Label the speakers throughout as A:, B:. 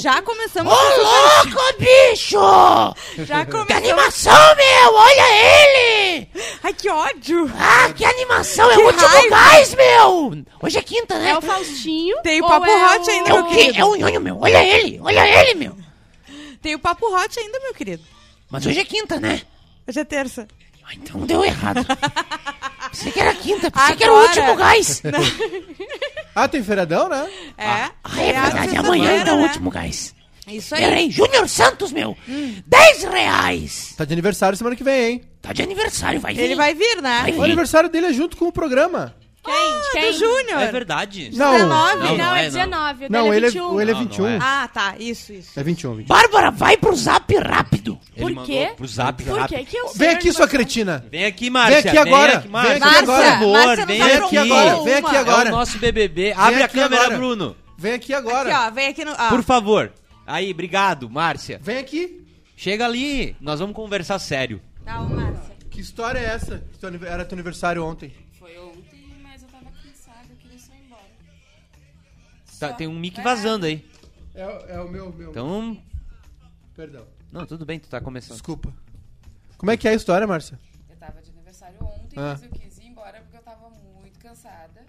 A: Já começamos
B: Ô louco, bicho!
A: Já
B: Que
A: começamos.
B: animação, meu! Olha ele!
A: Ai, que ódio!
B: Ah, que animação! É
A: Que
B: o último
A: raiva.
B: gás, meu! Hoje é quinta, né?
C: É o Faustinho.
A: Tem o
C: ou
A: Papo
C: é
A: Hot ainda,
B: É
A: meu
B: o quê?
A: querido.
B: É o nhonho, meu! Olha ele! Olha ele, meu!
A: Tem o papo hot ainda, meu querido.
B: Mas hoje é quinta, né?
A: Hoje é terça.
B: Ah, Então deu errado. Pensei que era quinta, pensei que era o
A: Agora.
B: último gás.
D: Ah, tem feriadão, né?
A: É.
B: Ah, é verdade,
A: sexta-feira,
B: amanhã ainda é o
A: né?
B: último gás.
A: Isso aí.
B: Peraí, Júnior Santos, meu! 10 reais!
D: Tá de aniversário semana que vem, hein?
B: Tá de aniversário, vai vir.
A: Ele vai vir,
B: Vai
A: né?
B: vir.
D: O aniversário dele é junto com o programa.
C: Quem?
A: Ah,
C: Quem?
A: do Júnior.
E: É verdade.
D: Não.
C: Não,
A: 19.
E: Não,
C: é,
E: é, não.
C: 19. O
D: Não,
C: dele
D: ele
C: é
D: é,
C: 21.
D: ele é
E: Não, não
D: 21.
E: é.
A: Ah, tá. Isso, isso.
D: é. 21, 21.
B: Bárbara, vai pro zap rápido.
C: Por
E: Ele mandou
C: quê?
E: Pro zap
C: Por
E: rápido.
C: que que eu
D: um. Vem aqui, sua cretina.
E: Vem aqui, Márcia.
D: Vem aqui agora.
E: Vem aqui, Márcia.
D: Vem aqui agora.
E: Por favor,
A: Márcia,
E: vem
A: nos
E: aqui.
A: aprontou
D: agora, vem aqui
A: uma.
D: agora.
E: É o nosso BBB. Abre a
D: aqui
E: câmera,
D: agora.
E: Bruno.
D: Vem aqui
A: Aqui,
D: agora.
A: ó. Vem aqui no... ó.
E: Por favor. Aí, obrigado, Márcia.
D: Vem aqui.
E: Chega ali. Nós vamos conversar sério.
A: Tá, ô, Márcia.
D: Que história é essa? Que teu anive- Era teu aniversário ontem.
F: Foi ontem, mas eu tava cansada, eu queria só ir embora.
E: Tá, tem um mic vazando aí.
D: É, o meu, meu.
E: Então...
D: Perdão.
E: Não, tudo bem, tu tá começando.
D: Desculpa. Como é que é a história, Márcia?
F: Eu tava de aniversário ontem,
D: Ah.
F: mas eu quis ir embora porque eu tava muito cansada.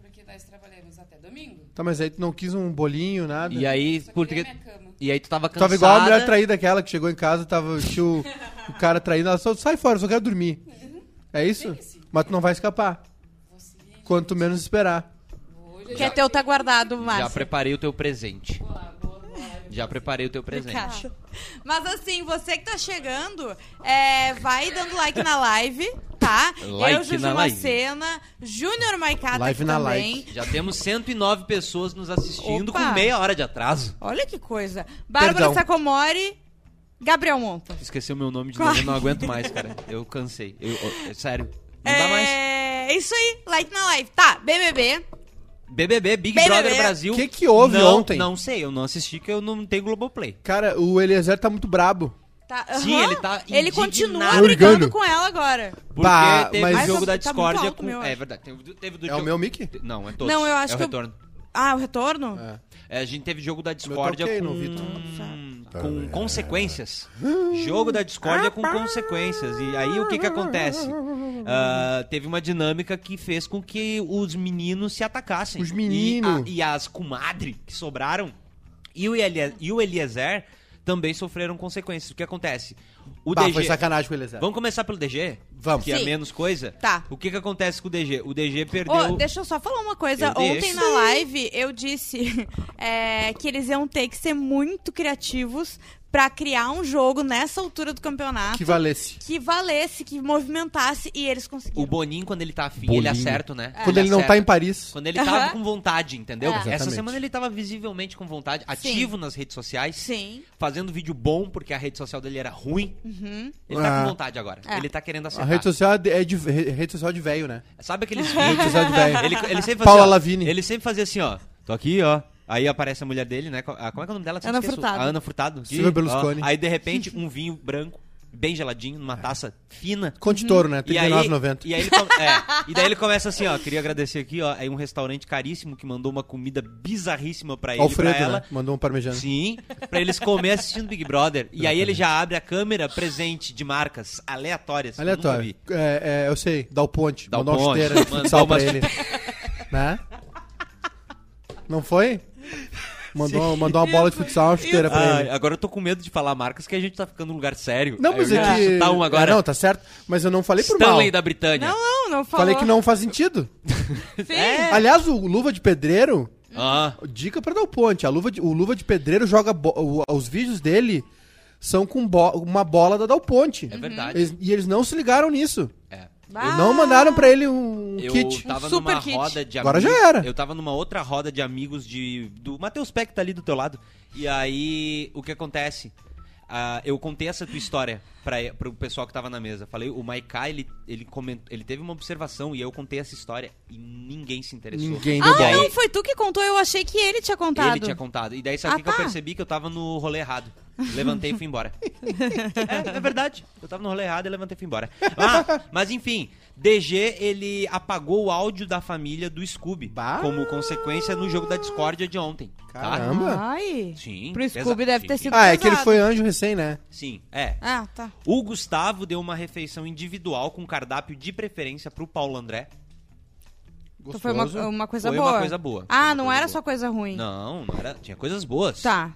F: Porque nós trabalhamos até domingo.
D: Tá, mas aí tu não quis um bolinho, nada?
E: E aí,
F: Só
E: por
F: queria
E: que-
F: minha cama.
E: E aí tu tava
D: Tu
E: cansada.
D: Tava igual a mulher traída aquela que chegou em casa, tava tinha o, o cara traindo, ela só sai fora, eu só quero dormir. É isso? Mas tu não vai escapar. Quanto menos esperar.
A: Que é teu tá guardado, Márcia.
E: Já preparei o teu presente. Já preparei o teu presente.
A: Caixa. Mas assim, você que tá chegando, é, vai dando like na live, tá?
E: Like
A: Eu, Juju
E: na live.
A: Macena, Júnior Maicata
D: Live
A: aqui
D: na
A: também.
D: like.
E: Já temos 109 pessoas nos assistindo
A: Opa.
E: com meia hora de atraso.
A: Olha que coisa. Bárbara
D: Perdão.
A: Sacomori, Gabriel Monta.
E: Esqueceu meu nome de
A: Claro.
E: novo, eu não aguento mais, cara. Eu cansei. Eu- eu- eu- sério. Não dá mais.
A: É é isso aí, like na live. Tá, BBB.
E: BBB, Big
A: BBB.
E: Brother Brasil.
D: O que que houve
E: não,
D: ontem?
E: Não sei, eu não assisti que eu não tenho Globoplay.
D: Cara, o Eliezer tá muito brabo.
A: Tá,
E: Sim,
A: aham.
E: ele tá
A: Ele
E: indignado.
A: continua
D: Eu
A: brigando
D: engano.
A: com ela agora.
E: Porque
D: Bah,
E: teve
D: mas
E: o jogo
A: eu-
E: da
A: tá muito
E: discórdia
A: alto
E: com...
A: o meu, eu
E: é
A: acho.
E: verdade. Teve, teve do
D: É o meu mic?
E: Não, é todos.
A: Não, eu acho
E: é o
A: que eu-
E: retorno.
A: Ah, o retorno?
E: É, a gente teve jogo da discórdia
D: toquei
E: com,
D: no tá Vitor.
E: com consequências. jogo da discórdia com consequências. E aí o que que acontece? Ah, teve uma dinâmica que fez com que os meninos se atacassem.
D: Os menino.
E: E, a- e as comadre que sobraram e o, Elie, e o Eliezer também sofreram consequências. O que acontece? O
D: Bah,
E: DG...
D: foi sacanagem com o Eliezer.
E: Vamos começar pelo DG?
D: Vamos.
E: Que é
A: Sim.
E: menos coisa?
A: Tá.
E: O que que acontece com o DG? O DG perdeu...
A: Ô, deixa eu só falar uma coisa.
E: Eu
A: Ontem
E: deixo.
A: na live eu disse é, que eles iam ter que ser muito criativos pra criar um jogo nessa altura do campeonato
D: Que
A: que,
D: valesse.
A: valesse, que movimentasse e eles conseguiram.
E: O Boninho, quando ele tá afim, ele
D: Boninho.
E: acerta, né?
A: É.
D: Quando ele não tá em Paris.
E: Quando ele tava
A: Aham.
E: com vontade, entendeu?
A: É.
E: Essa
D: Exatamente.
E: semana ele tava visivelmente com vontade, ativo nas redes sociais,
A: Sim.
E: fazendo vídeo bom, porque a rede social dele era ruim. Ele tá
D: Ah.
E: com vontade agora.
A: Uhum. É.
E: Ele tá querendo
D: A
E: acertar.
D: rede social é de- é de, re- rede social de velho, né?
E: Sabe aqueles
D: Rede
E: vídeos?
D: social de velho.
E: ele, ele sempre fazia,
D: Paula
E: ó,
D: Lavigne.
E: Ele sempre fazia assim, ó. Tô aqui, ó. Aí aparece a mulher dele, né? Co- a- Como é que é o nome dela? Eu sempre
A: Ana
E: esqueço.
A: Furtado.
E: A Ana Furtado. Aqui,
D: Silvio Berlusconi.
E: ó. Aí, de repente, um vinho branco, bem geladinho, numa taça fina.
D: Conte touro, né?
E: E aí,
D: R$39,90.
E: e, aí ele com- é, e daí ele começa assim, ó. Queria agradecer aqui, ó. É um restaurante caríssimo que mandou uma comida bizarríssima pra ele e pra
D: Alfredo,
E: ela.
D: né? Mandou um parmejano.
E: Sim, pra eles comer assistindo Big Brother. E aí ele já abre a câmera presente de marcas aleatórias. que eu nunca
D: Aleatório.
E: vi.
D: É, é, eu sei. Dá o ponte.
E: Dá o
D: mandou uma
E: ponte,
D: chuteira de
E: mandou
D: futsal pra
E: uma
D: ele. né? Não foi? Mandou, mandou uma bola de futsal, uma chuteira pra
E: Ah,
D: ele.
E: agora eu tô com medo de falar marcas que a gente tá ficando num lugar sério.
D: Não, mas
E: eu
D: é que...
E: Tá um agora.
D: É, não, tá certo. Mas eu não falei por mal.
E: Stanley da Britânia.
A: Não, não, não falou. É.
D: Falei que não faz sentido.
A: Sim.
E: É,
D: Aliás, o Luva de Pedreiro...
E: Ah,
D: Dica pra dar o ponte. A luva de- o Luva de Pedreiro joga... bo- o- os vídeos dele são com bo- uma bola da Dal Ponte.
E: é verdade.
D: Eles- e eles não se ligaram nisso.
E: É.
A: Ah,
D: Não mandaram pra ele um
E: Eu
D: kit.
E: tava
A: Um super
E: numa
A: kit.
E: roda de
D: Agora
E: amigos-
D: já era.
E: Eu tava numa outra roda de amigos de do Matheus Peck tá ali do teu lado. E aí, o que acontece? Ah, eu contei essa tua história para pro pessoal que tava na mesa. Falei, o Maiká, ele ele comentou, ele teve uma observação e eu contei essa história e ninguém se interessou.
D: Ninguém deu
E: E
A: Ah,
E: aí,
A: não, foi tu que contou, eu achei que ele tinha contado.
E: Ele tinha contado. E daí sabe o
A: Ah,
E: que, que
A: tá.
E: eu percebi que eu tava no rolê errado. Levantei e fui embora. é, é verdade. Eu tava no rolê errado e levantei e fui embora. Ah, mas enfim, DG, ele apagou o áudio da família do Scooby.
D: Bah.
E: Como consequência no jogo da discórdia de ontem. tá?
D: Caramba.
A: Ai.
E: Sim.
A: Pro
E: pesa-
A: Scooby deve
E: sim,
A: ter
E: sim.
A: sido
D: Ah, é que ele
A: pesado.
D: foi anjo recém, né?
E: Sim, é.
A: Ah, tá.
E: O Gustavo deu uma refeição individual com cardápio de preferência pro Paulo André.
A: Então foi uma, uma coisa
E: Foi uma
A: boa.
E: coisa boa. Foi
A: Ah,
E: uma
A: não
E: coisa
A: era
E: boa.
A: só coisa ruim.
E: Não, não era. Tinha coisas boas.
A: Tá.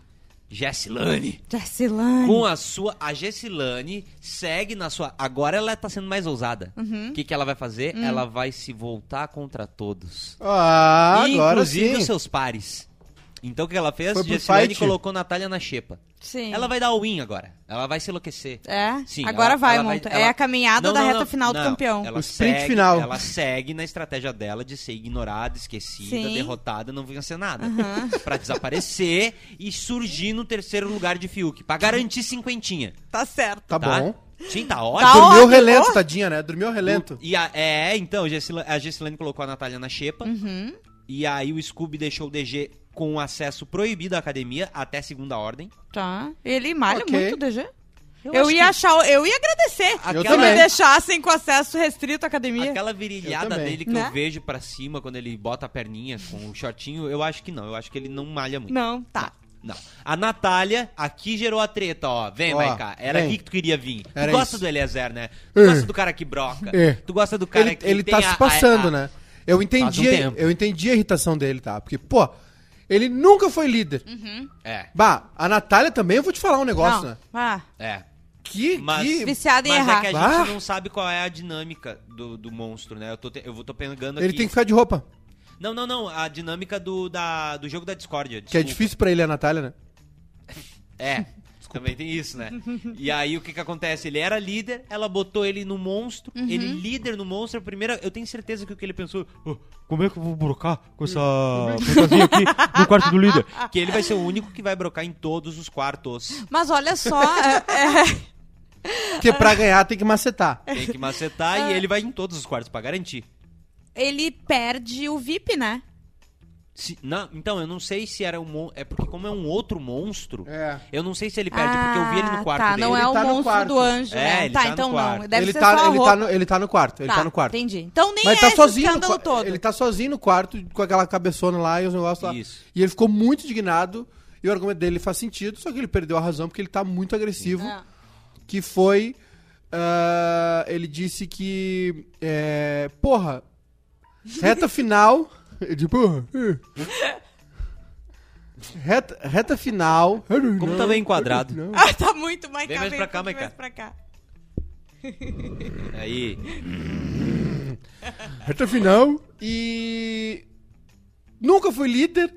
E: Jessilane.
A: Jessilane.
E: Com a sua. A Gessilane segue na sua. Agora ela tá sendo mais ousada. O
A: Uhum.
E: que, que ela vai fazer? Ela vai se voltar contra todos.
D: Ah, agora
E: Inclusive
D: sim.
E: os seus pares. Então o que ela fez?
D: Foi pro
E: Gessilane
D: fight.
E: colocou Natália na xepa.
A: Sim.
E: Ela vai dar o win agora. Ela vai se enlouquecer.
A: É?
E: Sim,
A: Agora
E: ela-
A: vai,
E: ela
A: Monta.
E: ela-
A: É a caminhada
E: Não,
A: da
E: não,
A: reta
E: não,
A: final do
E: não.
A: campeão.
E: Ela
D: O sprint
E: segue-
D: final.
E: Ela segue na estratégia dela de ser ignorada, esquecida,
A: Sim.
E: derrotada, não vencer nada. Pra desaparecer e surgir no terceiro lugar de Fiuk. Pra garantir cinquentinha.
A: Tá certo.
D: Tá bom.
E: Sim, tá ótimo.
A: Tá
D: Dormiu
A: ótimo.
D: relento, tadinha, né? Dormiu relento.
E: E a- é, então, Gessila- a Gessilane colocou a Natália na xepa.
A: Uhum.
E: E aí o Scooby deixou o DG com acesso proibido à academia até segunda ordem.
A: Tá. Ele malha
D: Ok.
A: muito, DG. Eu,
E: acho
A: ia achar, eu ia agradecer
E: Aquela-
A: se me
D: também.
A: deixassem com acesso restrito à academia.
E: Aquela virilhada
D: Eu também.
E: dele que
A: Né?
E: eu vejo pra cima quando ele bota a perninha com o shortinho, eu acho que não. Eu acho que ele não malha muito.
A: Não, tá.
E: Não. A Natália, aqui gerou a treta, ó. Vem,
D: Ó,
E: Maiká. Era
D: vem.
E: aqui que tu queria vir.
D: Era
E: tu gosta
D: isso.
E: do Eliezer, né? Tu gosta
D: É.
E: do cara que broca.
D: É.
E: Tu gosta do cara
D: Ele,
E: que
D: ele
E: tem
D: tá
E: a-
D: se passando,
E: a- a-
D: né? Eu entendi,
E: Faz um tempo.
D: eu entendi a irritação dele, tá? Porque, pô, ele nunca foi líder.
E: É,
D: Bah, a Natália também, eu vou te falar um negócio,
A: Não.
D: né?
A: Ah,
E: é.
D: Que,
E: Mas-
D: que-
A: viciado em
E: Mas
A: errar.
E: é que a
D: Ah.
E: gente não sabe qual é a dinâmica do, do monstro, né? Eu tô, te- eu vou- tô pegando
D: Ele
E: aqui.
D: tem que ficar de roupa,
E: Não, não, não. A dinâmica do, da, do jogo da discórdia.
D: que é
E: desculpa.
D: difícil pra ele a Natália, né?
E: É, também tem isso, né? E aí o que que acontece? Ele era líder, ela botou ele no monstro,
A: Uhum.
E: ele líder no monstro. Primeiro, eu tenho certeza que o que ele pensou, "Oh, como é que eu vou brocar com essa
A: Uhum.
E: fantasia aqui no quarto do líder? Que ele vai ser o único que vai brocar em todos os quartos.
A: Mas olha só, é- é,
D: Porque pra ganhar tem que macetar.
E: Tem que
A: Ah.
E: macetar e ele vai em todos os quartos pra garantir.
A: ele perde o VIP, né?
E: Se- não, então, eu não sei se era um. mon- É porque, como é um outro monstro,
D: É.
E: eu não sei se ele perde, porque eu vi ele no quarto
A: tá,
E: dele.
A: não é o
D: tá no
A: monstro
D: quarto.
A: do anjo,
E: É,
A: né?
E: ele
A: Tá,
E: tá no
A: então não.
E: quarto.
A: Deve
D: ele,
A: ser
D: tá,
A: só a
D: ele,
A: roupa.
D: tá no, ele tá no quarto, ele tá, no quarto.
A: Entendi. Então nem
D: Mas
A: é
D: tá
A: esse
D: sozinho. no
A: escândalo
D: qua-
A: todo.
D: Ele tá sozinho no quarto, com aquela cabeçona lá e os negócios lá.
E: Isso.
D: E ele ficou muito indignado. E o argumento dele faz sentido, só que ele perdeu a razão porque ele tá muito agressivo.
A: É.
D: Que foi. ah, ele disse que. é, porra. Reta final. Ele disse, porra. é. Reta, reta final.
E: Como tá bem enquadrado.
A: Ah, tá muito, Maica.
E: Vem mais pra cá,
A: um pouquinho
E: Maica.
A: mais pra cá.
E: Aí.
D: Reta final. E. Nunca fui líder.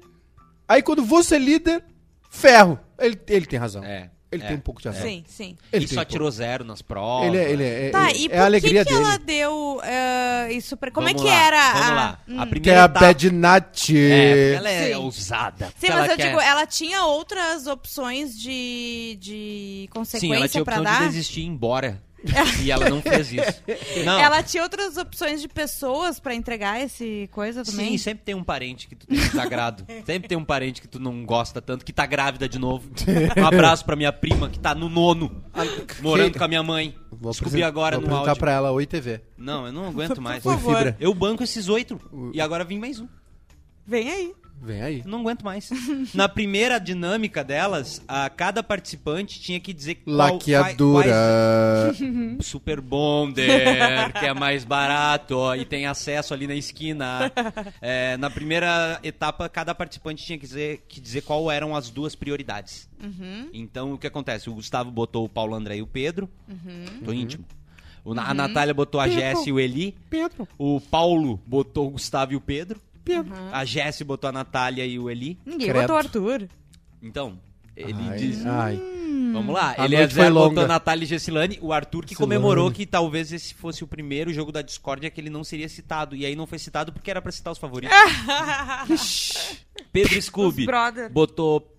D: Aí quando vou ser líder, ferro. Ele, ele tem razão.
E: É.
D: Ele
E: é.
D: tem um pouco de razão.
A: Sim, sim.
D: Ele
E: e
D: tem
E: só
D: um pouco.
E: tirou zero nas provas.
D: Ele é, ele é,
A: Tá,
D: é-
A: e
D: é
A: por
D: a
A: que,
D: alegria
A: que
D: dele.
A: ela deu eh, isso pra... Como é
E: Vamos
A: que
E: lá,
A: era
E: Vamos
A: a...
E: lá.
A: Hum.
E: A
D: Que
E: primeira
D: é a
E: etapa-
D: Bad Nat.
E: É, porque ela é
A: Sim.
E: ousada. porque
A: Sim, mas
E: ela
A: eu
E: quer-
A: digo, ela tinha outras opções de, de
E: Sim, ela tinha
A: consequência
E: a
A: é pra
E: opção
A: dar?
E: de desistir e ir embora. e ela não fez isso. Não.
A: Ela tinha outras opções de pessoas pra entregar esse coisa também?
E: Sim, sempre tem um parente que tu tem desagrado. sempre tem um parente que tu não gosta tanto, que tá grávida de novo. Um abraço pra minha prima que tá no nono, morando
D: que-
E: com a minha mãe.
D: Vou
E: Descobri
D: apresen-
E: agora
D: vou
E: no
D: apresentar
E: áudio.
D: pra ela Oi TV.
E: Não, eu não aguento mais.
A: Por favor.
D: fibra.
E: Eu banco esses oito e agora vim mais um.
A: Vem aí.
D: Vem aí.
E: Eu não aguento mais. Na primeira dinâmica delas, a cada participante tinha que dizer qual, quais-
D: Laqueadura.
E: Super Bonder, que é mais barato ó, e tem acesso ali na esquina. É, na primeira etapa, cada participante tinha que dizer, que dizer qual eram as duas prioridades. Então, o que acontece? O Gustavo botou o Paulo André e o Pedro. Tô íntimo. O Na- A Natália botou a Jéssica e o Eli.
D: Pedro.
E: O Paulo botou o Gustavo e o Pedro. A Jéssica botou a Natália e o Eli.
A: Ninguém
D: Credo.
A: botou o Arthur.
E: Então, ele
D: Ai, ah,
E: diz...
D: ai.
A: Hum.
E: Vamos lá,
D: A
E: ele é
D: noite
E: Zé
D: foi
E: botou
D: longa.
E: a Natália e Gessilane, o Arthur que
D: Gessilane.
E: comemorou que talvez esse fosse o primeiro jogo da discórdia que ele não seria citado. E aí não foi citado porque era pra citar os favoritos.
A: É!
E: Pedro Scooby
A: brother.
E: botou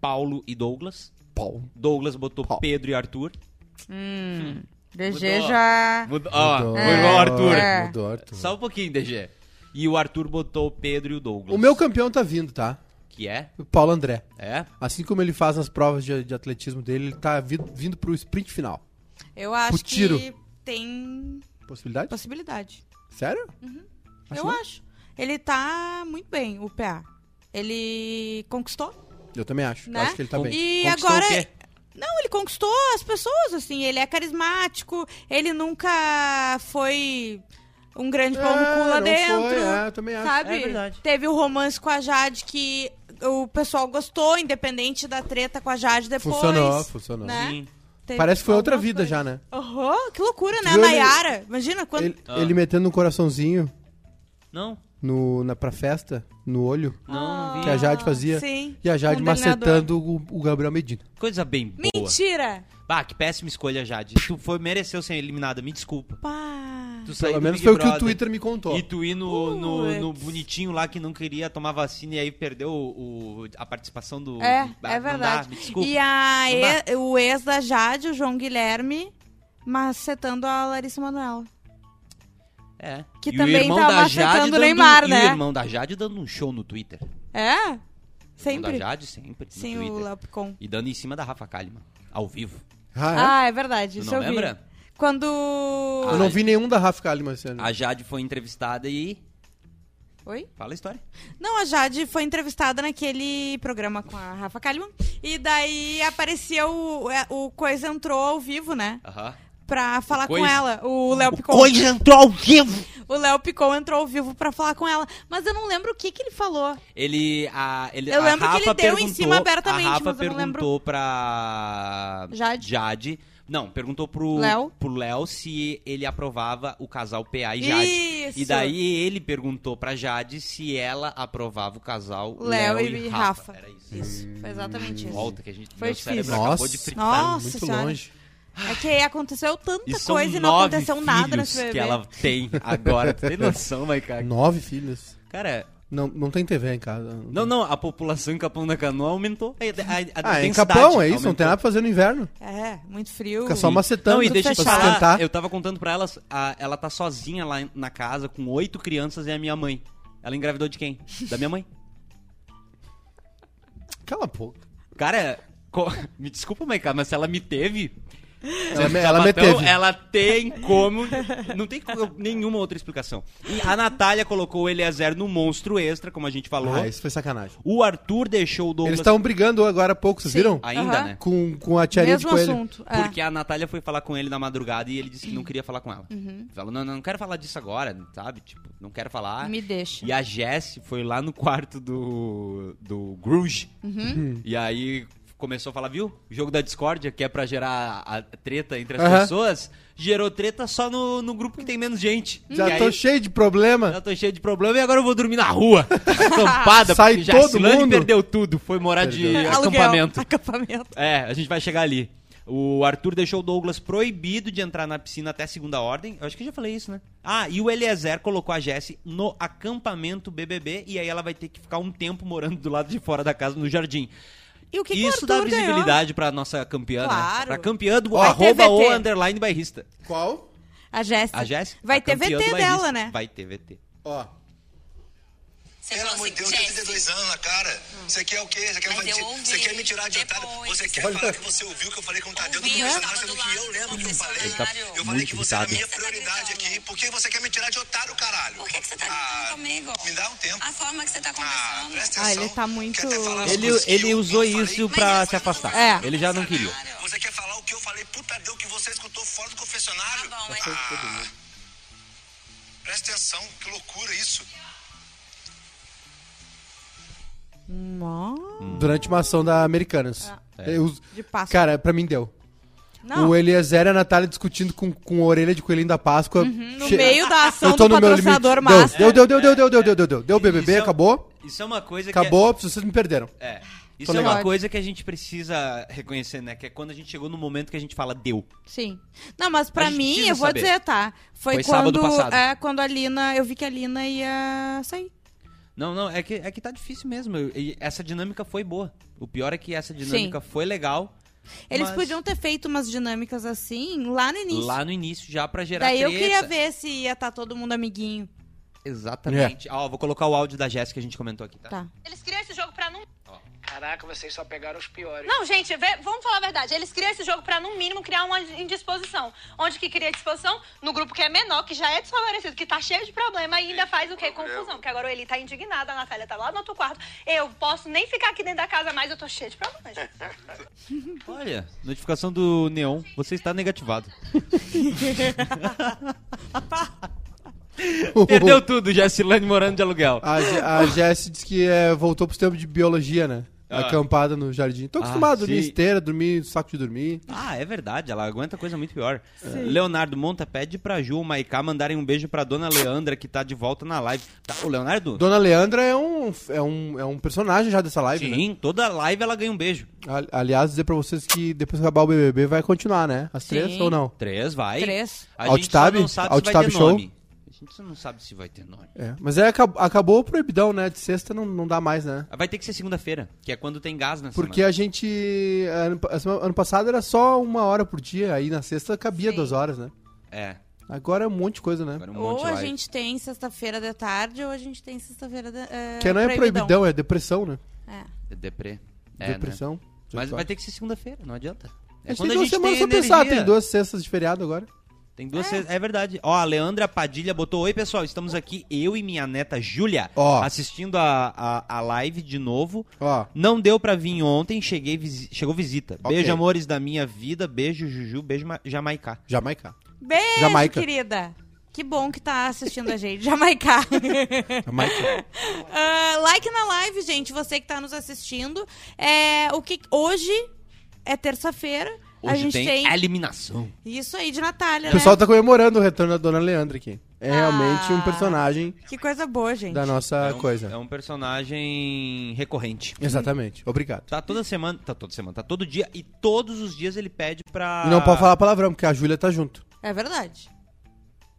E: Paulo e Douglas.
D: Pau.
E: Douglas botou
D: Paulo.
E: Pedro e Arthur.
D: Hum,
A: DG
E: Mudou.
A: já...
E: Mudou- ó,
D: Mudou.
E: foi igual ao Arthur.
A: Ah. É.
D: Mudou, Arthur.
E: Só um pouquinho, DG. E o Arthur botou o Pedro e o Douglas.
D: O meu campeão tá vindo, tá?
E: Que é?
D: O Paulo André.
E: É?
D: Assim como ele faz nas provas de, de atletismo dele, ele tá vindo, vindo pro sprint final.
A: Eu acho
D: Pro tiro.
A: que tem
D: Possibilidade?
A: possibilidade.
D: Sério? Acho
A: Uhum. eu
D: não.
A: acho. Ele tá muito bem, o PA. Ele conquistou,
D: Eu também acho. Eu
A: né?
D: Acho que ele tá bem.
A: E
E: Conquistou
A: agora. é-
E: o quê?
A: Não, ele conquistou as pessoas, assim. Ele é carismático, ele nunca foi um grande pau no cu lá
D: É, não
A: dentro.
D: Foi, é, eu também acho.
A: Sabe?
E: É verdade.
A: Teve o romance com a Jade que o pessoal gostou, independente da treta com a Jade depois.
D: Funcionou, funcionou.
A: né?
E: Sim.
A: Teve
D: Parece que foi outra
A: algumas
D: vida
A: coisas.
D: já, né?
A: Aham, que loucura, né?
D: Tu
A: A
D: viu ele-
A: Nayara. Imagina quando.
D: Ele,
E: Ah.
D: ele metendo um coraçãozinho
E: Não?
D: no, na, pra festa, no olho,
A: Ah.
E: Não, não
D: que a
A: é
E: vi.
D: Jade fazia.
A: Sim.
D: E a Jade
A: Com o
D: macetando o, o Gabriel Medina.
E: Coisa bem boa.
A: Mentira!
E: Ah, que péssima escolha, Jade. Tu foi, mereceu ser eliminada, me desculpa.
A: Pá.
E: Tu saiu
D: Pelo
E: do
D: menos
E: Big
D: foi o que o
E: Brother.
D: Twitter me contou.
E: E tu ir no, no,
A: Puts.
E: no bonitinho lá que não queria tomar vacina e aí perdeu o, o- a participação do.
A: É,
E: Ah,
A: é
E: não dá,
A: verdade.
E: me desculpa.
A: E a
E: Não dá.
A: e- o ex da Jade, o João Guilherme, macetando a Larissa Manoela.
E: É.
A: que
E: E o
A: também
E: irmão
A: tava
E: da Jade
A: afetando o
E: dando- um-
A: Neymar, né?
E: E o irmão da Jade dando um show no Twitter.
A: É?
E: O irmão da
A: Sempre.
E: Jade sempre. no
A: Sim, o
E: Twitter.
A: Lapcon.
E: E dando em cima da Rafa Kalimann, ao vivo.
D: Ah, é?
A: Ah, é verdade.
E: Tu
A: Isso
E: não
A: eu vi.
E: lembra? Ah.
A: Quando.
D: Eu não vi nenhum da Rafa Kalimann esse ano.
E: A Jade foi entrevistada e.
A: Oi?
E: Fala a história.
A: Não, a Jade foi entrevistada naquele programa com a Rafa Kalimann. E daí apareceu o, é, o Coisa entrou ao vivo, né?
E: Aham.
A: Pra falar com
E: Coisa?
A: ela. O Léo Picon.
B: Coisa entrou ao vivo.
A: O Léo Picon entrou ao vivo pra falar com ela. Mas eu não lembro o que, que ele falou.
E: Ele. A, ele
A: Eu
E: a
A: lembro que
E: Rafa
A: ele deu em
E: perguntou,
A: cima abertamente,
E: A Rafa
A: mas eu não
E: perguntou pra.
A: Jade.
E: Jade. Não, perguntou pro
A: Léo.
E: pro Léo se ele aprovava o casal PA e Jade.
A: Isso.
E: E daí ele perguntou pra Jade se ela aprovava o casal
A: Léo
E: Léo,
A: e
E: e
A: Rafa.
E: Rafa. Era isso.
A: Isso, foi exatamente isso.
E: Volta que a gente
A: Foi
E: meu
A: difícil.
E: cérebro acabou
D: Nossa.
E: de fritar.
A: Nossa
D: Muito
A: senhora.
D: longe.
A: É que aconteceu tanta
E: E são
A: coisa e não
E: nove
A: aconteceu nada
E: filhos
A: nesse bebê.
E: que ela tem agora. Tu tem noção, Maica?
D: Nove filhos.
E: Cara,
D: Não, não tem TV em casa.
E: Não, não, a população em Capão da Canoa aumentou. A, a, a
D: Ah, em
E: densidade
D: Capão, é isso? Não
E: aumentou.
D: tem nada pra fazer no inverno.
A: É, muito frio.
D: Fica só macetando
E: Não, e
D: pra
E: deixa eu te
A: fechar.
E: falar,
D: sustentar.
E: eu tava contando pra ela, a- ela tá sozinha lá na casa com oito crianças e a minha mãe. Ela engravidou de quem? Da minha mãe.
D: Cala a boca.
E: Cara, co- me desculpa, Maiká, mas se ela me teve,
D: Ela, me- ela me
E: sapatão,
D: teve.
E: ela tem como... Não tem co- nenhuma outra explicação. E a Natália colocou o Eliezer no monstro extra, como a gente falou.
D: Ah, isso foi sacanagem.
E: O Arthur deixou o Douglas
D: Eles estavam brigando agora há pouco, vocês viram?
E: ainda,
A: Aham.
E: né?
D: Com, com a tiarinha de
A: Mesmo
D: coelho.
A: assunto. é. Uhum.
E: Porque a Natália foi falar com ele na madrugada e ele disse que não queria falar com ela. Falou, não, não, não quero falar disso agora, sabe? Tipo, não quero falar.
A: Me deixa.
E: E a Jess foi lá no quarto do, do Grunge.
D: Uhum.
E: E aí começou a falar, viu? O jogo da discórdia, que é pra gerar a treta entre as
D: Aham.
E: pessoas, gerou treta só no, no grupo que tem menos gente.
D: Já
E: e
D: tô
E: aí,
D: cheio de problema.
E: já tô cheio de problema e agora eu vou dormir na rua. Acampada,
D: Sai
E: porque
D: todo
E: Jacilane
D: mundo.
E: perdeu tudo. Foi morar de
A: Aluguel,
E: acampamento.
A: acampamento.
E: É, a gente vai chegar ali. O Arthur deixou o Douglas proibido de entrar na piscina até segunda ordem. Eu acho que eu já falei isso, né? Ah, e o Eliezer colocou a Jessie no acampamento BBB e aí ela vai ter que ficar um tempo morando do lado de fora da casa, no jardim.
A: E o que que o Arthur
E: isso dá
A: ganhou?
E: visibilidade pra nossa campeã, né?
A: Claro.
E: Pra campeã do
A: Vai ter
E: arroba
A: VT.
E: o underline bairrista.
D: Qual?
A: A Jéssica.
E: A Jessie?
A: Vai
E: a
A: ter
E: campeã
A: VT
E: do bairrista.
A: dela, né?
E: Vai ter VT.
D: Ó.
C: Pelo amor de Deus, 32 anos na cara. Você quer o quê? Você quer,
G: assim, Hum. Mas
C: me-
G: eu ouvi
C: você quer me tirar de otário?
G: depois.
C: Você quer falar que você ouviu que eu falei tá com o Tadeu do
G: Ouvi, eu
C: Bolsonaro,
G: tava
C: sendo
G: do
C: que eu
G: lado
C: lembro que eu
G: do
C: falei.
G: Bolsonaro. Ele
E: tá
C: eu falei
E: muito
C: que você era a minha
G: irritado.
C: prioridade aqui. Por que você quer me tirar de otário, caralho?
G: Por que, que você tá
C: Ah,
G: gritando comigo?
C: Me dá um tempo.
G: A forma que você tá
C: Ah,
G: conversando.
C: presta
A: Ah,
C: atenção.
A: ele tá muito-
C: Quer até falar as
E: Ele,
C: coisas que
E: ele
C: eu-
E: usou
C: eu falei?
E: isso
C: Mas
E: pra
C: eu
E: se
C: falei
E: afastar.
A: É.
E: Ele já não queria.
C: Você quer falar o que eu falei pro Tadeu que você escutou fora do confessionário?
G: Tá bom, mas-
C: Ah, presta atenção, que loucura isso.
A: Mó.
D: Durante uma ação da Americanas.
E: Ah.
D: Eu-
A: De passo.
D: Cara, pra mim deu.
A: Não.
D: O Eliezer e a Natália discutindo com, com a orelha de coelhinho da Páscoa.
A: Uhum, No
D: Che-
A: meio da ação
D: Eu tô
A: do
D: no meu limite.
A: patrocinador master.
D: Deu, deu, deu, deu, deu, deu, deu, deu, deu. Deu o BBB,
E: Isso é-
D: acabou.
E: Isso é uma coisa que... é-
D: Acabou, vocês me perderam.
E: É.
A: Ah,
E: Isso
D: Tô
E: é uma
A: legal.
E: coisa que a gente precisa reconhecer, né? Que é quando a gente chegou no momento que a gente fala, deu.
A: Sim. Não, mas pra
E: A gente
A: mim,
E: precisa
A: eu vou
E: saber.
A: dizer, tá? Foi,
E: Foi sábado
A: quando.
E: passado.
A: É, quando a Lina. Eu vi que a Lina ia sair.
E: Não, não, é que, é que tá difícil mesmo. E essa dinâmica foi boa. O pior é que essa dinâmica foi legal.
A: Eles
E: mas
A: podiam ter feito umas dinâmicas assim lá no início.
E: Lá no início, já pra gerar
A: Daí eu
E: treta.
A: queria ver se ia estar todo mundo tá amiguinho.
E: Exatamente. É. Ó, vou colocar o áudio da Jéssica que a gente comentou aqui, tá?
A: Tá.
G: Eles criam esse jogo pra não.
H: Caraca, vocês só pegaram os piores.
G: Não, gente, vê- vamos falar a verdade. Eles criam esse jogo pra, no mínimo, criar uma indisposição. Onde que cria disposição? No grupo que é menor, que já é desfavorecido, que tá cheio de problema e ainda faz o quê? Confusão. Porque agora o Eli tá indignado, a Natália tá lá no outro quarto. Eu posso nem ficar aqui dentro da casa mais, eu tô cheia de problemas.
E: Olha, notificação do Neon, você está negativado. Perdeu tudo, Jessilane morando de aluguel.
D: A, Je- a Jess disse que é, voltou pros tempos de biologia, né?
E: Ah.
D: Acampada no jardim. Tô acostumado
E: Ah,
D: a dormir em
E: sim.
D: esteira, dormir em saco de dormir.
E: Ah, é verdade, ela aguenta coisa muito pior. Leonardo Monta pede pra Ju e Maiká mandarem um beijo pra dona Leandra, que tá de volta na live. Tá, o Leonardo?
D: Dona Leandra é um, é um, é um personagem já dessa live, né?
E: Sim, toda live ela ganha um beijo.
D: A- Aliás, dizer pra vocês que depois que acabar o BBB vai continuar, né? As três
A: Sim.
D: ou não?
E: Três, vai.
A: Três.
E: A gente só
D: Alt-tab?
E: não sabe se vai
D: Alt-tab
E: ter
D: show?
E: nome. A gente só não sabe se vai ter nome.
D: É. Mas é, acab- acabou o proibidão, né? De sexta não, não dá mais, né?
E: Vai ter que ser segunda-feira, que é quando tem gás na
D: Porque
E: semana.
D: a gente. Ano, pa- semana- ano passado era só uma hora por dia, aí na sexta cabia duas horas, né?
E: É,
D: Agora é um monte de coisa, né?
E: agora um monte
A: Ou
E: de
A: a
E: live.
A: gente tem sexta-feira de tarde, ou a gente tem sexta-feira de. eh,
D: que não é proibidão. é depressão, né?
A: É.
E: É Deprê. É, né?
D: depressão.
E: Mas vai ter que ser segunda-feira, não adianta. É
D: a gente tem duas semanas pra pensar, tem duas sextas de feriado agora.
E: Tem duas se- é. verdade. Ó, a Leandra Padilha botou: Oi, pessoal, estamos aqui, eu e minha neta Júlia,
D: Ó.
E: assistindo a, a, a live de novo.
D: Ó,
E: Não deu pra vir ontem, cheguei visi- chegou visita.
D: Ok.
E: Beijo, amores da minha vida, beijo, Juju, beijo, Ma- Jamaica.
D: Jamaica.
A: Beijo,
D: Jamaica.
A: querida. Que bom que tá assistindo a gente. Jamaica.
D: Jamaica.
A: Ah, like na live, gente, você que tá nos assistindo. É, o que hoje é terça-feira.
E: Hoje
A: a gente tem,
E: tem eliminação.
A: isso aí de Natália, né?
D: o pessoal tá comemorando o retorno da dona Leandra aqui. É realmente um personagem
A: Que coisa boa, gente.
D: da nossa
E: é um,
D: coisa.
E: É um personagem recorrente.
D: Exatamente. Obrigado.
E: Tá toda semana, tá toda semana, tá todo dia e todos os dias ele pede pra.
D: E não pode falar palavrão, porque a Júlia tá junto.
A: É verdade.
E: É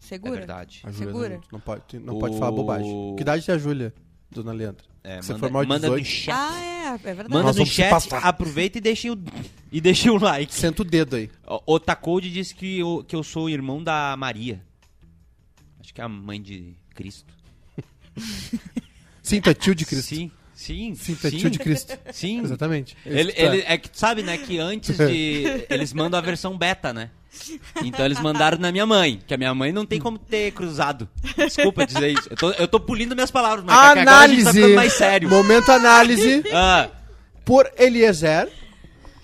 A: Segura.
E: verdade.
D: A Júlia tá
A: Segura.
D: junto. Não pode, tem- não
E: O-
D: pode falar bobagem. Que idade tem a Júlia, dona Leandra?
E: É,
D: Se você
E: manda,
D: for maior de
E: manda no
D: 18.
E: chat.
A: Ah, é, é verdade.
E: Manda
D: Nós
E: no
D: vamos se
E: chat,
D: pastar.
E: aproveita e deixa o, e deixa o like.
D: Senta o dedo aí.
E: O, o Tacode disse que eu, que eu sou o irmão da Maria. Acho que é a mãe de Cristo.
D: Sinta tio de Cristo.
E: Sim, sim.
D: Sinta
E: sim,
D: tio de Cristo.
E: Sim.
D: Exatamente.
E: Ele,
D: Isso,
E: ele-
D: tá.
E: é que tu sabe, né, que antes de. Eles mandam a versão beta, né? Então eles mandaram na minha mãe, que a minha mãe não tem como ter cruzado. Desculpa dizer isso. Eu tô, eu tô polindo minhas palavras, mas que agora a gente tá
D: Análise.
E: ficando mais sério.
D: Momento análise
E: Ah,
D: por Eliezer.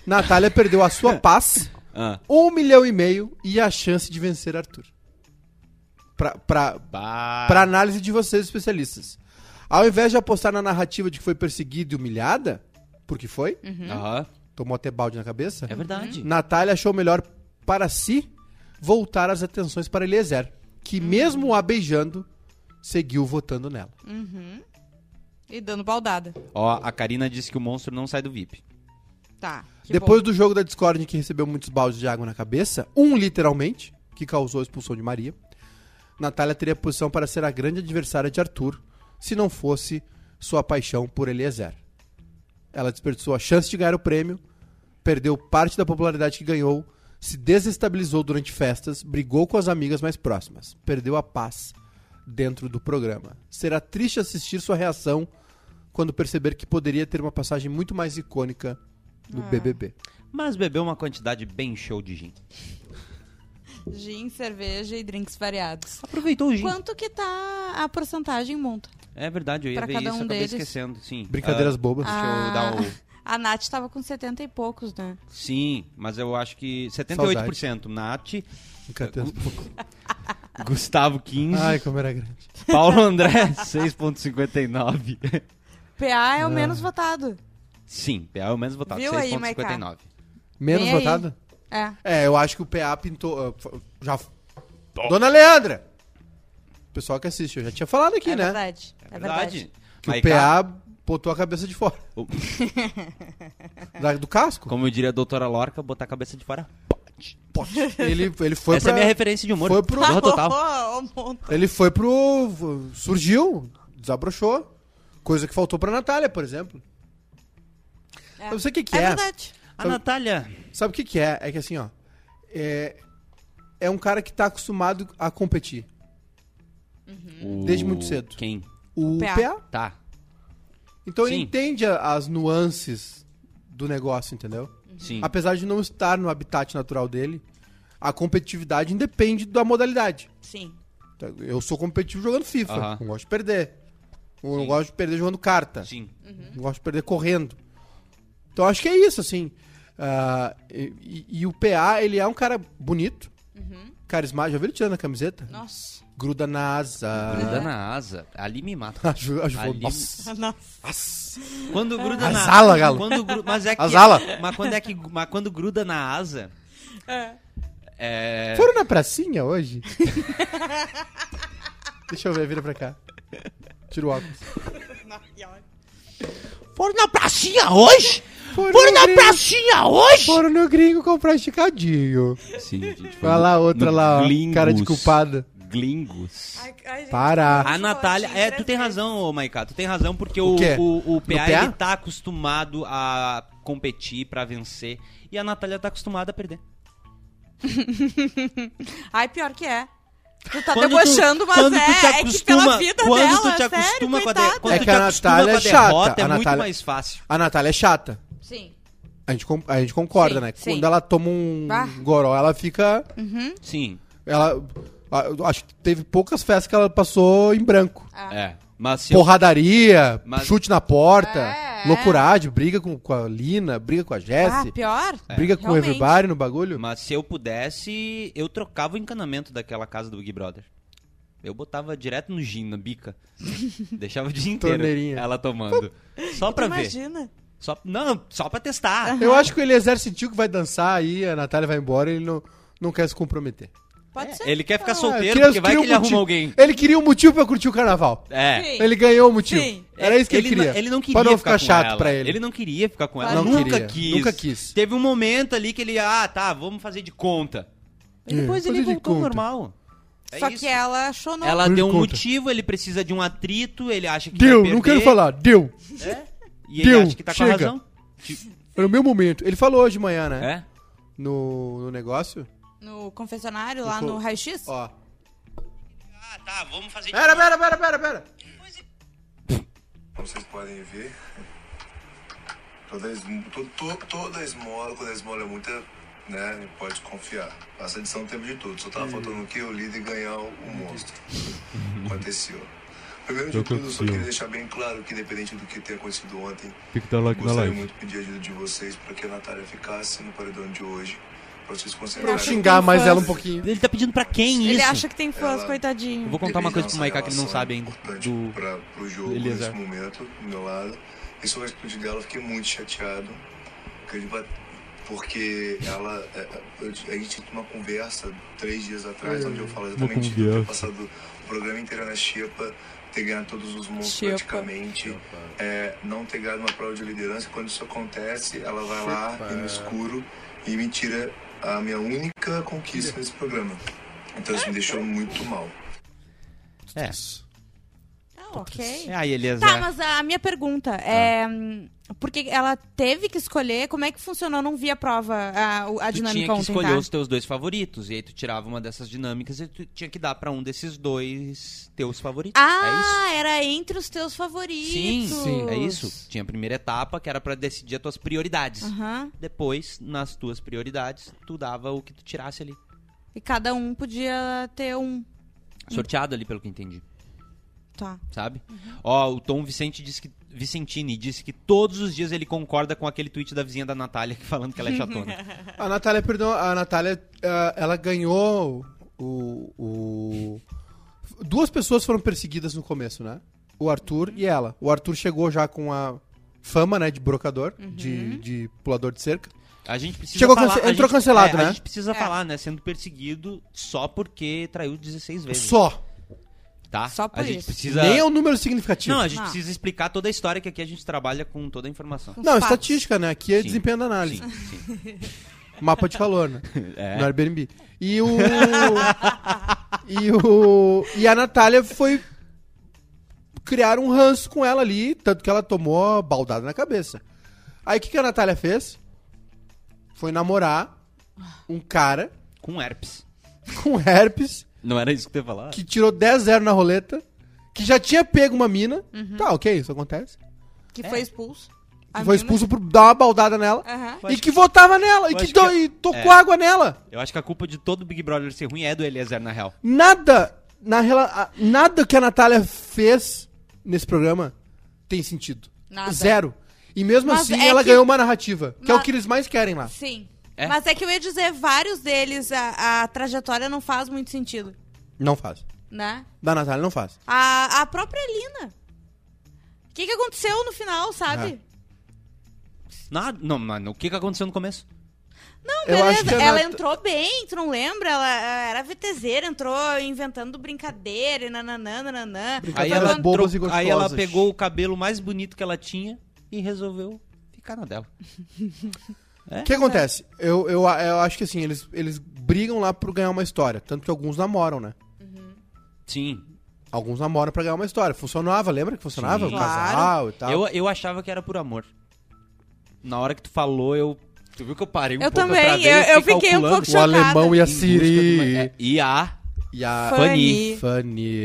D: Natália perdeu a sua paz.
E: ah.
D: Um milhão e meio e a chance de vencer Arthur. Pra, pra,
E: Bah.
D: para análise de vocês, especialistas. Ao invés de apostar na narrativa de que foi perseguida e humilhada, porque foi,
E: Hum. Aham.
D: tomou até balde na cabeça,
E: É verdade.
D: Uhum. Natália achou melhor para si voltar as atenções para Eliezer, que mesmo a beijando, seguiu votando nela.
A: E dando baldada.
E: Ó, a Karina disse que o monstro não sai do VIP.
A: Tá. que
D: Depois do jogo da Discord, que recebeu muitos baldes de água na cabeça, um literalmente, que causou a expulsão de Maria, Natália teria posição para ser a grande adversária de Arthur, se não fosse sua paixão por Eliezer. Ela desperdiçou a chance de ganhar o prêmio, perdeu parte da popularidade que ganhou, se desestabilizou durante festas, brigou com as amigas mais próximas, perdeu a paz dentro do programa. Será triste assistir sua reação quando perceber que poderia ter uma passagem muito mais icônica
A: Ah.
D: do BBB.
E: Mas bebeu uma quantidade bem show de gin.
A: bom. Gin, cerveja e drinks variados.
E: Aproveitou o gin.
A: Quanto que tá a porcentagem monta?
E: É verdade, eu ia
A: Pra
E: ver
A: cada
E: isso,
A: um
E: acabei
A: deles.
E: esquecendo. Sim.
D: Brincadeiras
E: Ah,
D: bobas.
E: Deixa eu dar o...
A: A Nath tava com 70 e poucos, né?
E: Sim, mas eu acho que 78%. Nath,
D: Brincadeiras bobas.
E: Gustavo 15%,
D: Ai, como era grande.
E: Paulo André 6,59%.
A: PA
D: Ah.
A: é o menos votado.
E: Sim, PA é o menos votado,
A: Viu aí, Maiká?
E: 6,59%.
D: Menos
A: Vem aí.
D: votado?
A: É.
D: É, eu acho que o PA pintou. ah, f- já. Dona Leandra! O pessoal que assiste, eu já tinha falado aqui,
A: é
D: né?
A: verdade. É verdade.
D: Que
E: Maiká,
D: o PA botou a cabeça de fora.
E: O-
D: Da- do casco?
E: como eu diria a doutora Lorca, botar a cabeça de fora.
D: Pote. Ele, ele foi
E: Essa
D: pra.
E: é a minha referência de humor.
D: foi pro-
A: Tá
E: Zorra total.
A: Ô, ô, monta.
D: Ele foi pro. v- Surgiu, desabrochou. Coisa que faltou pra Natália, por exemplo. Eu sei o que, que
A: É
D: é.
A: verdade.
E: A Natália...
D: Sabe o que, que é? É que assim, ó. É, é um cara que tá acostumado a competir.
E: O-
D: Desde muito cedo.
E: Quem?
D: O
A: PA.
D: PA.
E: Tá.
D: Então ele
E: Sim.
D: entende a- as nuances do negócio, entendeu?
A: Uhum.
E: Sim.
D: Apesar de não estar no habitat natural dele, a competitividade independe da modalidade.
A: Sim.
D: Então, Eu sou competitivo jogando FIFA,
E: Aham.
D: não gosto de perder. Eu não gosto de perder jogando carta.
E: Sim.
D: Não gosto de perder correndo. Então acho que é isso, assim. Ah, e, e- e o PA, ele é um cara bonito, carismático. Já viu ele tirando a camiseta?
A: Nossa.
D: Gruda na asa.
E: Gruda na asa. Ali me mata.
D: Aju- ajudou.
E: Ali-
D: Nossa.
E: é-
A: Nossa.
E: Quando
A: É.
E: gruda na
D: Azala, galo.
E: Quando gru- Mas é que...
D: Azala.
E: Mas quando é que... Mas quando gruda na asa...
A: É.
E: É...
D: Foram na pracinha hoje? Deixa eu ver, vira pra cá. Tira o óculos.
B: Foram na pracinha hoje?
D: Foram,
B: Foram na
D: gringo,
B: pracinha hoje?
D: foram no gringo comprar esticadinho.
E: Sim, gente.
D: Vai lá, outra
E: No
D: lá, ó.
E: Glingus.
D: Cara de culpada.
E: Glingus.
A: Ai, ai, gente.
D: Para.
E: A Natália. É, tu tem razão, ô Maiká. Tu tem razão, porque o,
D: O quê?
E: o, o PA,
D: PA?
E: ele tá acostumado a competir pra vencer. E a Natália tá acostumada a perder.
A: Ai, pior que é. Tu tá
E: Quando tu-
A: debochando, mas
E: quando
A: é,
E: tu te
A: é que pela
E: acostuma-
A: vida
E: quando
A: dela, é
E: tu te
A: sério,
E: acostuma com a de-
A: coitada.
E: quando
D: É
E: tu
D: que a
E: te acostuma
D: Natália
E: com
D: é chata,
E: derrota,
D: a
E: é muito
D: Natália-
E: mais fácil.
D: A Natália é chata.
A: Sim.
D: A gente, com- a gente concorda,
A: Sim,
D: né?
A: sim.
D: Quando ela toma um
A: Bah.
D: goró, ela fica.
E: Sim,
A: Hum?
D: Ela. a- eu Acho que teve poucas festas que ela passou em branco.
A: Ah.
E: é. Mas se eu-
D: Porradaria,
E: Mas-
D: chute na porta,
A: É, é.
D: loucurade, briga com, com a Lina, briga com a
A: Ah,
D: Jessie,
A: pior?
D: É.
E: é.
D: briga com o
A: Realmente.
D: Everybody no bagulho.
E: Mas se eu pudesse, eu trocava o encanamento daquela casa do Big Brother. Eu botava direto no gin, na bica. Deixava o dia inteiro
D: Torneirinha.
E: ela tomando. Só pra
A: Tu
E: ver.
A: Imagina.
E: Só, não, só pra testar.
D: Eu acho que o Eliezer sentiu que vai dançar aí, a Natália vai embora ele não, não quer se comprometer.
A: Pode ser.
E: É. Ele quer ficar
D: Ah,
E: solteiro,
D: queria-
E: porque vai
D: queria
E: que
D: um
E: ele arruma
D: motivo-
E: alguém.
D: Ele queria um motivo pra curtir o carnaval.
E: É.
A: Sim.
D: Ele ganhou o motivo.
A: Sim.
D: Era isso que ele,
E: não-
D: queria.
E: Ele não queria
D: pra não ficar,
E: com
D: chato
E: ela.
D: pra ele.
E: Ele não queria ficar com ela.
D: Não
E: nunca
D: queria,
E: quis.
D: nunca quis.
E: Teve um momento ali que ele, ah, tá, vamos fazer de conta. E
D: É,
E: depois ele
D: fazer de
E: voltou ao
D: conta.
E: normal. É
A: Só
E: isso.
A: que ela achou no...
E: Ela
D: Fazer de
E: deu um
D: conta.
E: motivo, ele precisa de um atrito, ele acha que
D: Deu,
E: vai
D: não quero
E: perder,
D: falar. Deu.
E: E
D: Deu,
E: ele acha que tá
D: chega.
E: com a razão. Ti-
D: Era o meu momento. Ele falou hoje de manhã, né?
E: É?
D: No, no negócio.
A: no confessionário, lá
D: co-
A: no raio-x.
D: Ó.
E: Ah, tá, vamos fazer de
D: Pera, pera, pera, pera, pera.
C: Como vocês podem ver, toda, esmo- to, to- toda esmola, quando a esmola é muita, né, pode confiar. Passa a edição o tempo de tudo. Só tava faltando o que o líder ganhar o, o monstro. Aconteceu. Primeiro de tudo, eu só queria deixar bem claro que, independente do que tenha acontecido ontem,
D: É
C: gostaria muito de pedir a ajuda de vocês para que a Natália ficasse no paredão de hoje. Pra vocês
D: Vou
C: concentrarem.
D: xingar mais
A: fãs.
D: ela um pouquinho.
E: Ele tá pedindo pra quem
A: Ele
E: isso?
A: acha que tem fãs,
C: Ela-
A: coitadinho.
E: Eu vou contar uma coisa pro Maiká
C: Maicá
E: que ele não sabe ainda. Do...
C: Pra, pro jogo
E: Eliezer.
C: nesse momento, do meu lado. Isso é uma atitude dela, eu fiquei muito chateado. que eu deba- Porque ela. é, é, eu t- A gente tinha uma conversa três dias atrás, onde eu falo exatamente isso. Eu ter passado o programa inteiro na Xepa, ter ganhado todos os monstros
A: Xepa.
C: praticamente, é, não ter ganhado uma prova de liderança. Quando isso acontece, ela vai lá e no escuro e me tira a minha única conquista nesse programa. Então isso me deixou muito mal.
E: É.
A: Ah, ok.
E: É Ah. aí, Eliezer.
A: Tá, mas a minha pergunta é... hum, Porque ela teve que escolher... Como é que funcionou? Eu não vi a prova, a, o- a
E: tu
A: dinâmica
E: tinha que
A: ontem,
E: escolher
A: tá?
E: os teus dois favoritos. E aí tu tirava uma dessas dinâmicas e tu tinha que dar pra um desses dois teus favoritos. é isso?
A: Ah, era entre os teus favoritos.
E: Sim, sim, é isso. Tinha a primeira etapa que era pra decidir as tuas prioridades.
A: Aham.
E: Depois, nas tuas prioridades, tu dava o que tu tirasse ali.
A: E cada um podia ter um.
E: Sorteado ali, pelo que entendi,
A: Tá.
E: sabe? Ó, o Tom Vicente disse que. Vicentini disse que todos os dias ele concorda com aquele tweet da vizinha da Natália que falando que ela é chatona.
D: A Natália, perdão, a Natália, ah, ela ganhou o, o- Duas pessoas foram perseguidas no começo, né? O Arthur e ela. O Arthur chegou já com a fama, né, de brocador, de, de pulador de cerca.
E: A gente precisa
D: Chegou
E: falar,
D: cance-
E: a
D: entrou
E: gente-
D: cancelado,
E: é,
D: né?
E: A gente precisa
A: É.
E: falar, né? Sendo perseguido só porque traiu 16 vezes.
D: Só.
E: Tá?
A: Só por
E: a gente
A: isso.
E: precisa.
D: Nem é um número significativo.
E: Não,
D: Não,
E: a gente
A: Não.
E: precisa explicar toda a história que aqui a gente trabalha com toda a informação.
A: Os fatos.
D: estatística, né? Aqui é
E: Sim,
D: desempenho da análise.
E: Sim, sim.
D: Mapa de calor, né?
E: É.
D: No Airbnb. E o. e o. E a Natália foi criar um ranço com ela ali, tanto que ela tomou a baldada na cabeça. Aí o que, que a Natália fez? Foi namorar um cara
E: Com herpes.
D: com herpes
E: Não era isso que tu ia falar?
D: que tirou 10-0 na roleta, que já tinha pego uma mina. Tá, ok, isso acontece.
E: É.
A: Que foi expulso.
D: Que foi expulso por dar uma baldada nela.
A: Aham.
E: Eu
D: E
E: acho
D: que votava nela, e
E: eu
D: que,
E: acho que
D: do-
E: eu-
D: e tocou
E: é.
D: água nela.
E: Eu acho que a culpa de todo Big Brother ser ruim é do Eliezer, na real.
D: Nada, na rela- a- nada que a Natália fez nesse programa tem sentido.
A: Nada.
D: Zero. E mesmo
A: Mas
D: assim,
A: é
D: ela
A: que-
D: ganhou uma narrativa, que é o
A: Mas-
D: que eles mais querem lá.
A: Sim.
E: É?
A: Mas é que eu ia dizer, vários deles, a, a trajetória não faz muito sentido,
D: Não faz.
A: né?
D: Da Natália não faz.
A: A, a própria Lina. O que, que aconteceu no final, sabe?
D: Ah.
E: Nada, não, mano, o que, que aconteceu no começo?
A: Não,
D: Eu
A: beleza.
D: acho que a
A: Ela
D: Nat-
A: entrou bem, tu não lembra? Ela eh, era VTZera, entrou inventando brincadeira e nananã, nananã.
E: Aí
D: Cadê
E: ela,
D: as bobas
E: trocou-
D: e
E: aí ela
D: gostosas?
E: pegou o cabelo mais bonito que ela tinha e resolveu ficar na dela. É?
D: O que acontece? Eu, eu, eu acho que assim, eles, eles brigam lá por ganhar uma história. Tanto que alguns namoram, né?
E: Sim.
D: Alguns namoram pra ganhar uma história. Funcionava, lembra que funcionava?
E: Sim.
D: O casal e tal.
E: Eu, eu achava que era por amor. Na hora que tu falou, eu. Tu viu que eu parei um
A: Eu
E: pouco
A: também,
E: outra vez,
A: eu- eu
E: fiquei
A: fiquei um
E: calculando.
A: pouco
D: O
A: chocada.
D: alemão e a
E: Em busca de uma-
D: Siri.
E: é, E a.
D: E a
A: Fanny.
D: Fanny.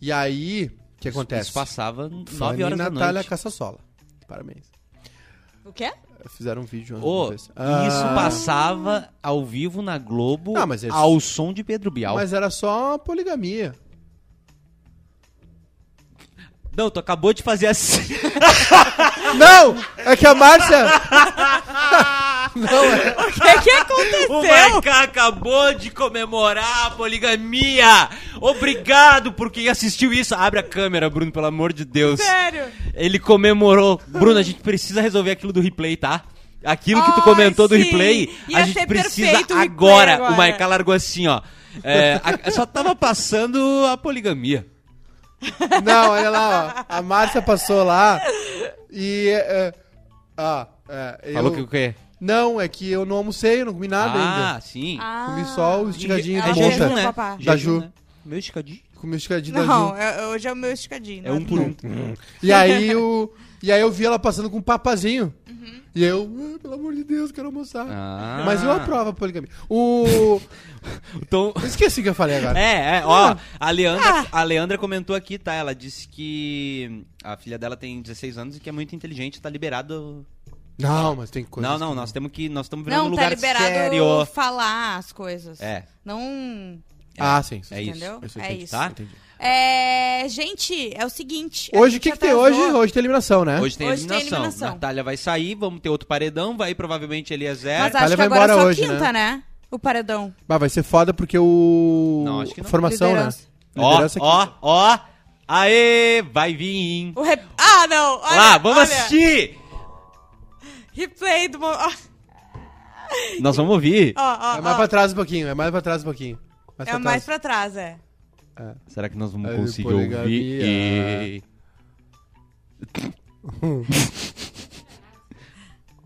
D: E aí, o que acontece?
E: Isso passava
D: Fanny
E: 9
D: e
E: horas da
D: Natália
E: noite.
D: Caçassola. Parabéns.
A: O quê?
D: Fizeram um vídeo. antes
E: Ô,
D: de
E: isso
D: vocês. Ah,
E: passava ao vivo na Globo
D: Não, mas eles-
E: ao som de Pedro Bial.
D: Mas era só poligamia.
E: Não, tu acabou de fazer assim.
D: Não! É que a Márcia... Não, é...
A: O que, que aconteceu?
E: O Maiká acabou de comemorar a poligamia! Obrigado por quem assistiu isso! Abre a câmera, Bruno, pelo amor de Deus.
A: Sério.
E: Ele comemorou. Bruno, a gente precisa resolver aquilo do replay, tá? Aquilo que tu
A: Ai,
E: comentou do
A: Oh, sim.
E: replay,
A: Ia
E: a gente
A: ser
E: precisa
A: perfeito o replay
E: agora.
A: agora.
E: O Maiká largou assim, ó. É, a- só tava passando a poligamia.
D: Não, olha lá, ó. A Márcia passou lá e. É, ah, é,
E: Falou
D: eu-
E: que o quê?
D: Não, é que eu não almocei, não comi nada
E: ah,
D: ainda.
E: sim. É né?
A: Ah.
D: Comi só o esticadinho
A: Ela
D: da
A: fez
D: monta.
A: um papá.
D: Da Ju.
E: Meu esticadinho?
D: Comi o esticadinho
A: Não,
D: da Ju.
A: é- hoje é o meu esticadinho.
E: É
A: não
E: um por um.
D: E aí o. E aí eu vi ela passando com um papazinho.
A: Uhum.
D: E eu, ah, pelo amor de Deus, quero almoçar.
E: Ah.
D: Mas eu aprovo a poligamia. O.
E: Então,
D: eu Esqueci o que eu falei agora.
E: É, é, ó, a Leandra,
A: Ah.
E: a Leandra comentou aqui, tá? Ela disse que a filha dela tem 16 anos e que é muito inteligente, tá liberado.
D: Não, mas tem coisa.
E: não, não, nós temos que nós estamos virando um
A: Não, tá
E: lugar
A: liberado
E: sério.
A: falar as coisas.
E: É,
A: Não.
D: Ah, sim. sim.
E: é isso.
A: Entendeu?
D: Isso,
A: É
D: entendi,
A: isso.
E: Tá?
A: É, gente, é o seguinte. a
D: Hoje, o
A: gente
D: que, que tem hoje?
A: atrasou.
D: Hoje tem eliminação, né?
E: Hoje tem
A: Hoje tem
E: eliminação.
A: eliminação.
E: Natália vai sair, vamos ter outro paredão, vai provavelmente ele é zero.
A: Mas
D: Natália
A: acho que
D: vai
A: agora é
D: embora
A: só
D: hoje,
A: quinta, né? O paredão.
D: Mas vai ser foda porque o.
E: Não, acho que não.
D: Formação,
A: Liderança.
D: né?
E: Ó,
D: Liderança aqui.
E: ó, ó. Aê, vai vir. hein?
A: O rep... Ah, não! Olha,
E: Lá, vamos
A: olha.
E: assistir.
A: Replay do. mo- Ó,
E: Nós vamos ouvir.
A: ó, ó.
D: É mais
A: ó.
D: pra trás um pouquinho, é mais pra trás um pouquinho. Mais
A: É
D: pra
A: mais
D: trás.
A: pra trás, é.
E: Será que nós vamos
D: Aí,
E: conseguir
D: poligamia.
E: ouvir? E...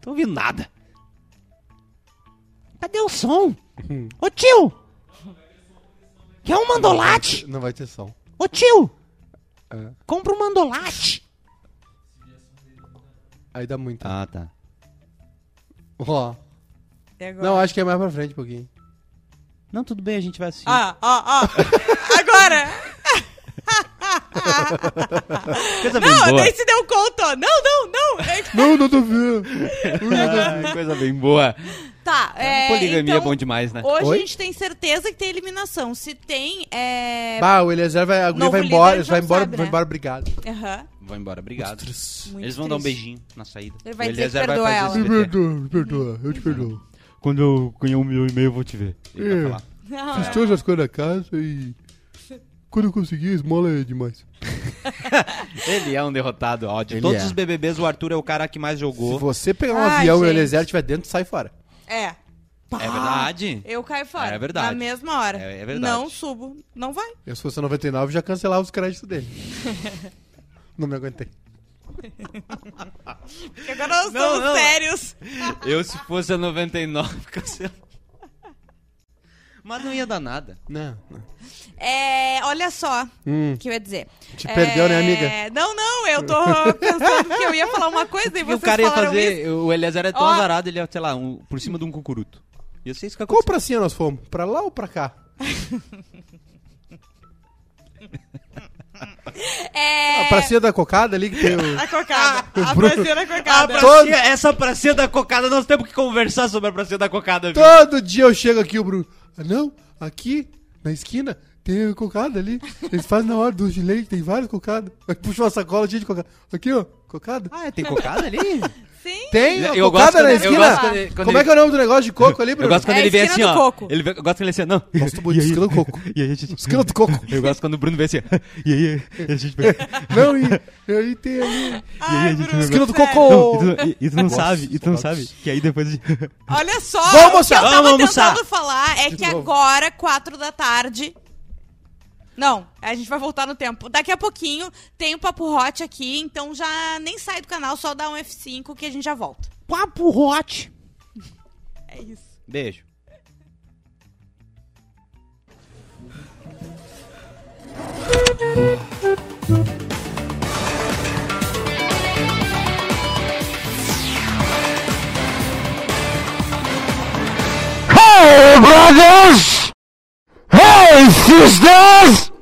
E: Tô ouvindo nada.
B: Cadê o som? Ô tio! Quer um mandolate?
D: Não vai ter som.
B: Ô tio!
D: É.
B: Compra um mandolate!
D: Aí dá muito.
E: Ah, tá.
D: Ó.
A: E agora?
D: Não, acho que é mais pra frente um pouquinho.
E: Não, tudo bem, a gente vai assistir.
A: Ó, ó, ó. Ah, Agora!
E: coisa bem
A: Não,
E: boa.
A: nem se deu conta. Não, não, não. É-
D: Não, não tô vendo.
E: Ai, coisa bem boa.
A: Tá, é.
E: Poligamia é
A: então,
E: bom demais, né?
A: Hoje
D: Oi?
A: a gente tem certeza que tem eliminação. Se tem, é.
D: Bah, o Eliezer vai, a guria
A: Novo
D: vai
A: líder,
D: embora,
A: a
D: eles
A: gente
D: vai
A: não
D: embora,
A: sabe,
D: vai
A: né?
D: embora, obrigado.
A: Aham.
E: Vão embora, obrigado.
A: Muito
E: Eles vão dar um
A: triste.
E: beijinho na saída.
A: Ele vai
E: O
A: dizer que
E: Eliezer
A: perdoa
E: fazer
A: ela.
E: esse
D: Me
E: VT.
D: perdoa, me perdoa, eu te perdoo.
E: Quando eu ganhar um milhão e meio, eu vou te ver. Ele vai
D: É.
E: falar.
A: Não,
D: Fiz todas as coisas da casa e. Quando eu consegui, a esmola é demais.
E: Ele é um derrotado, ó. De
D: Ele
E: todos
D: é.
E: os BBBs, o Arthur é o cara que mais
D: Se
E: jogou.
D: você pegar um
A: Ai,
D: avião e o
A: gente.
D: Eliezer estiver dentro, sai fora.
A: É. Pá.
E: É verdade.
A: Eu caio fora.
E: É verdade.
A: Na mesma hora.
E: É- é verdade.
A: Não subo. Não vai.
D: Eu, se fosse 99, já cancelava os créditos dele. não me aguentei.
A: Porque agora nós
E: Não,
A: somos
E: não.
A: sérios.
E: Eu, se fosse a 99, cancelo. Mas não ia dar nada.
D: Não, não.
A: É, olha só o
D: Hum,
A: que eu ia dizer. É,
D: te perdeu, né, amiga?
A: Não, não. Eu tô pensando que eu ia falar uma coisa e
E: E o
A: vocês
E: cara ia
A: falaram
E: fazer. O Eliezer é tão
A: Ó.
E: azarado, ele ia, sei lá, um- por cima de um cucuruto.
A: isso.
E: E eu sei isso que
D: Qual
E: aconteceu.
D: pracinha nós fomos? Pra lá ou pra cá? A
A: É.
D: pracinha da cocada ali que tem o...
A: A cocada. A
D: Bruno-
A: pracinha da cocada.
D: pra- Todo-
E: Ah, Essa pracinha da cocada, nós temos que conversar sobre a pracinha da cocada, viu?
D: Todo dia eu chego aqui, o Bruno. "Ah, Não, aqui, na esquina, tem a cocada ali. Eles fazem na hora do de leite, tem várias cocadas. Aí puxa uma sacola cheia de cocada. Aqui, ó, cocada.
E: Ah, tem cocada ali?
A: Sim.
D: Tem a
E: Eu
D: cocada
E: gosto quando-
D: na
E: eu
D: esquina.
E: gosto quando ele- quando
D: Como é
E: ele-
D: que é o nome do negócio de coco ali,
E: Eu
D: Bruno?
E: gosto quando
A: É a
E: ele vem
A: esquina
E: assim,
A: do
E: ó.
A: coco.
E: Ele vê- eu gosto quando ele vem assim, não.
D: Gosto muito de esquina do coco.
E: E aí, a gente...
D: Esquina do coco.
E: Eu gosto quando o Bruno vem assim. ó. E aí, a gente vai.
D: Não, e, e aí tem ali...
A: Ai, Bruno,
D: Esquina do
A: sério.
D: coco.
E: E tu não
D: Nossa,
E: sabe, e tu não
D: saudades.
E: sabe. Que aí depois. a gente-
A: Olha só,
D: Vamos almoçar,
A: o que eu tava
E: vamos almoçar.
A: tentando falar é que
D: novo.
A: agora, quatro da tarde... Não, a gente vai voltar no tempo. Daqui a pouquinho tem o Papo Hot aqui, então já nem sai do canal, só dá um F5 que a gente já volta.
B: Papo hot.
A: É isso.
E: Beijo.
B: Hey, brothers! Hey, sisters!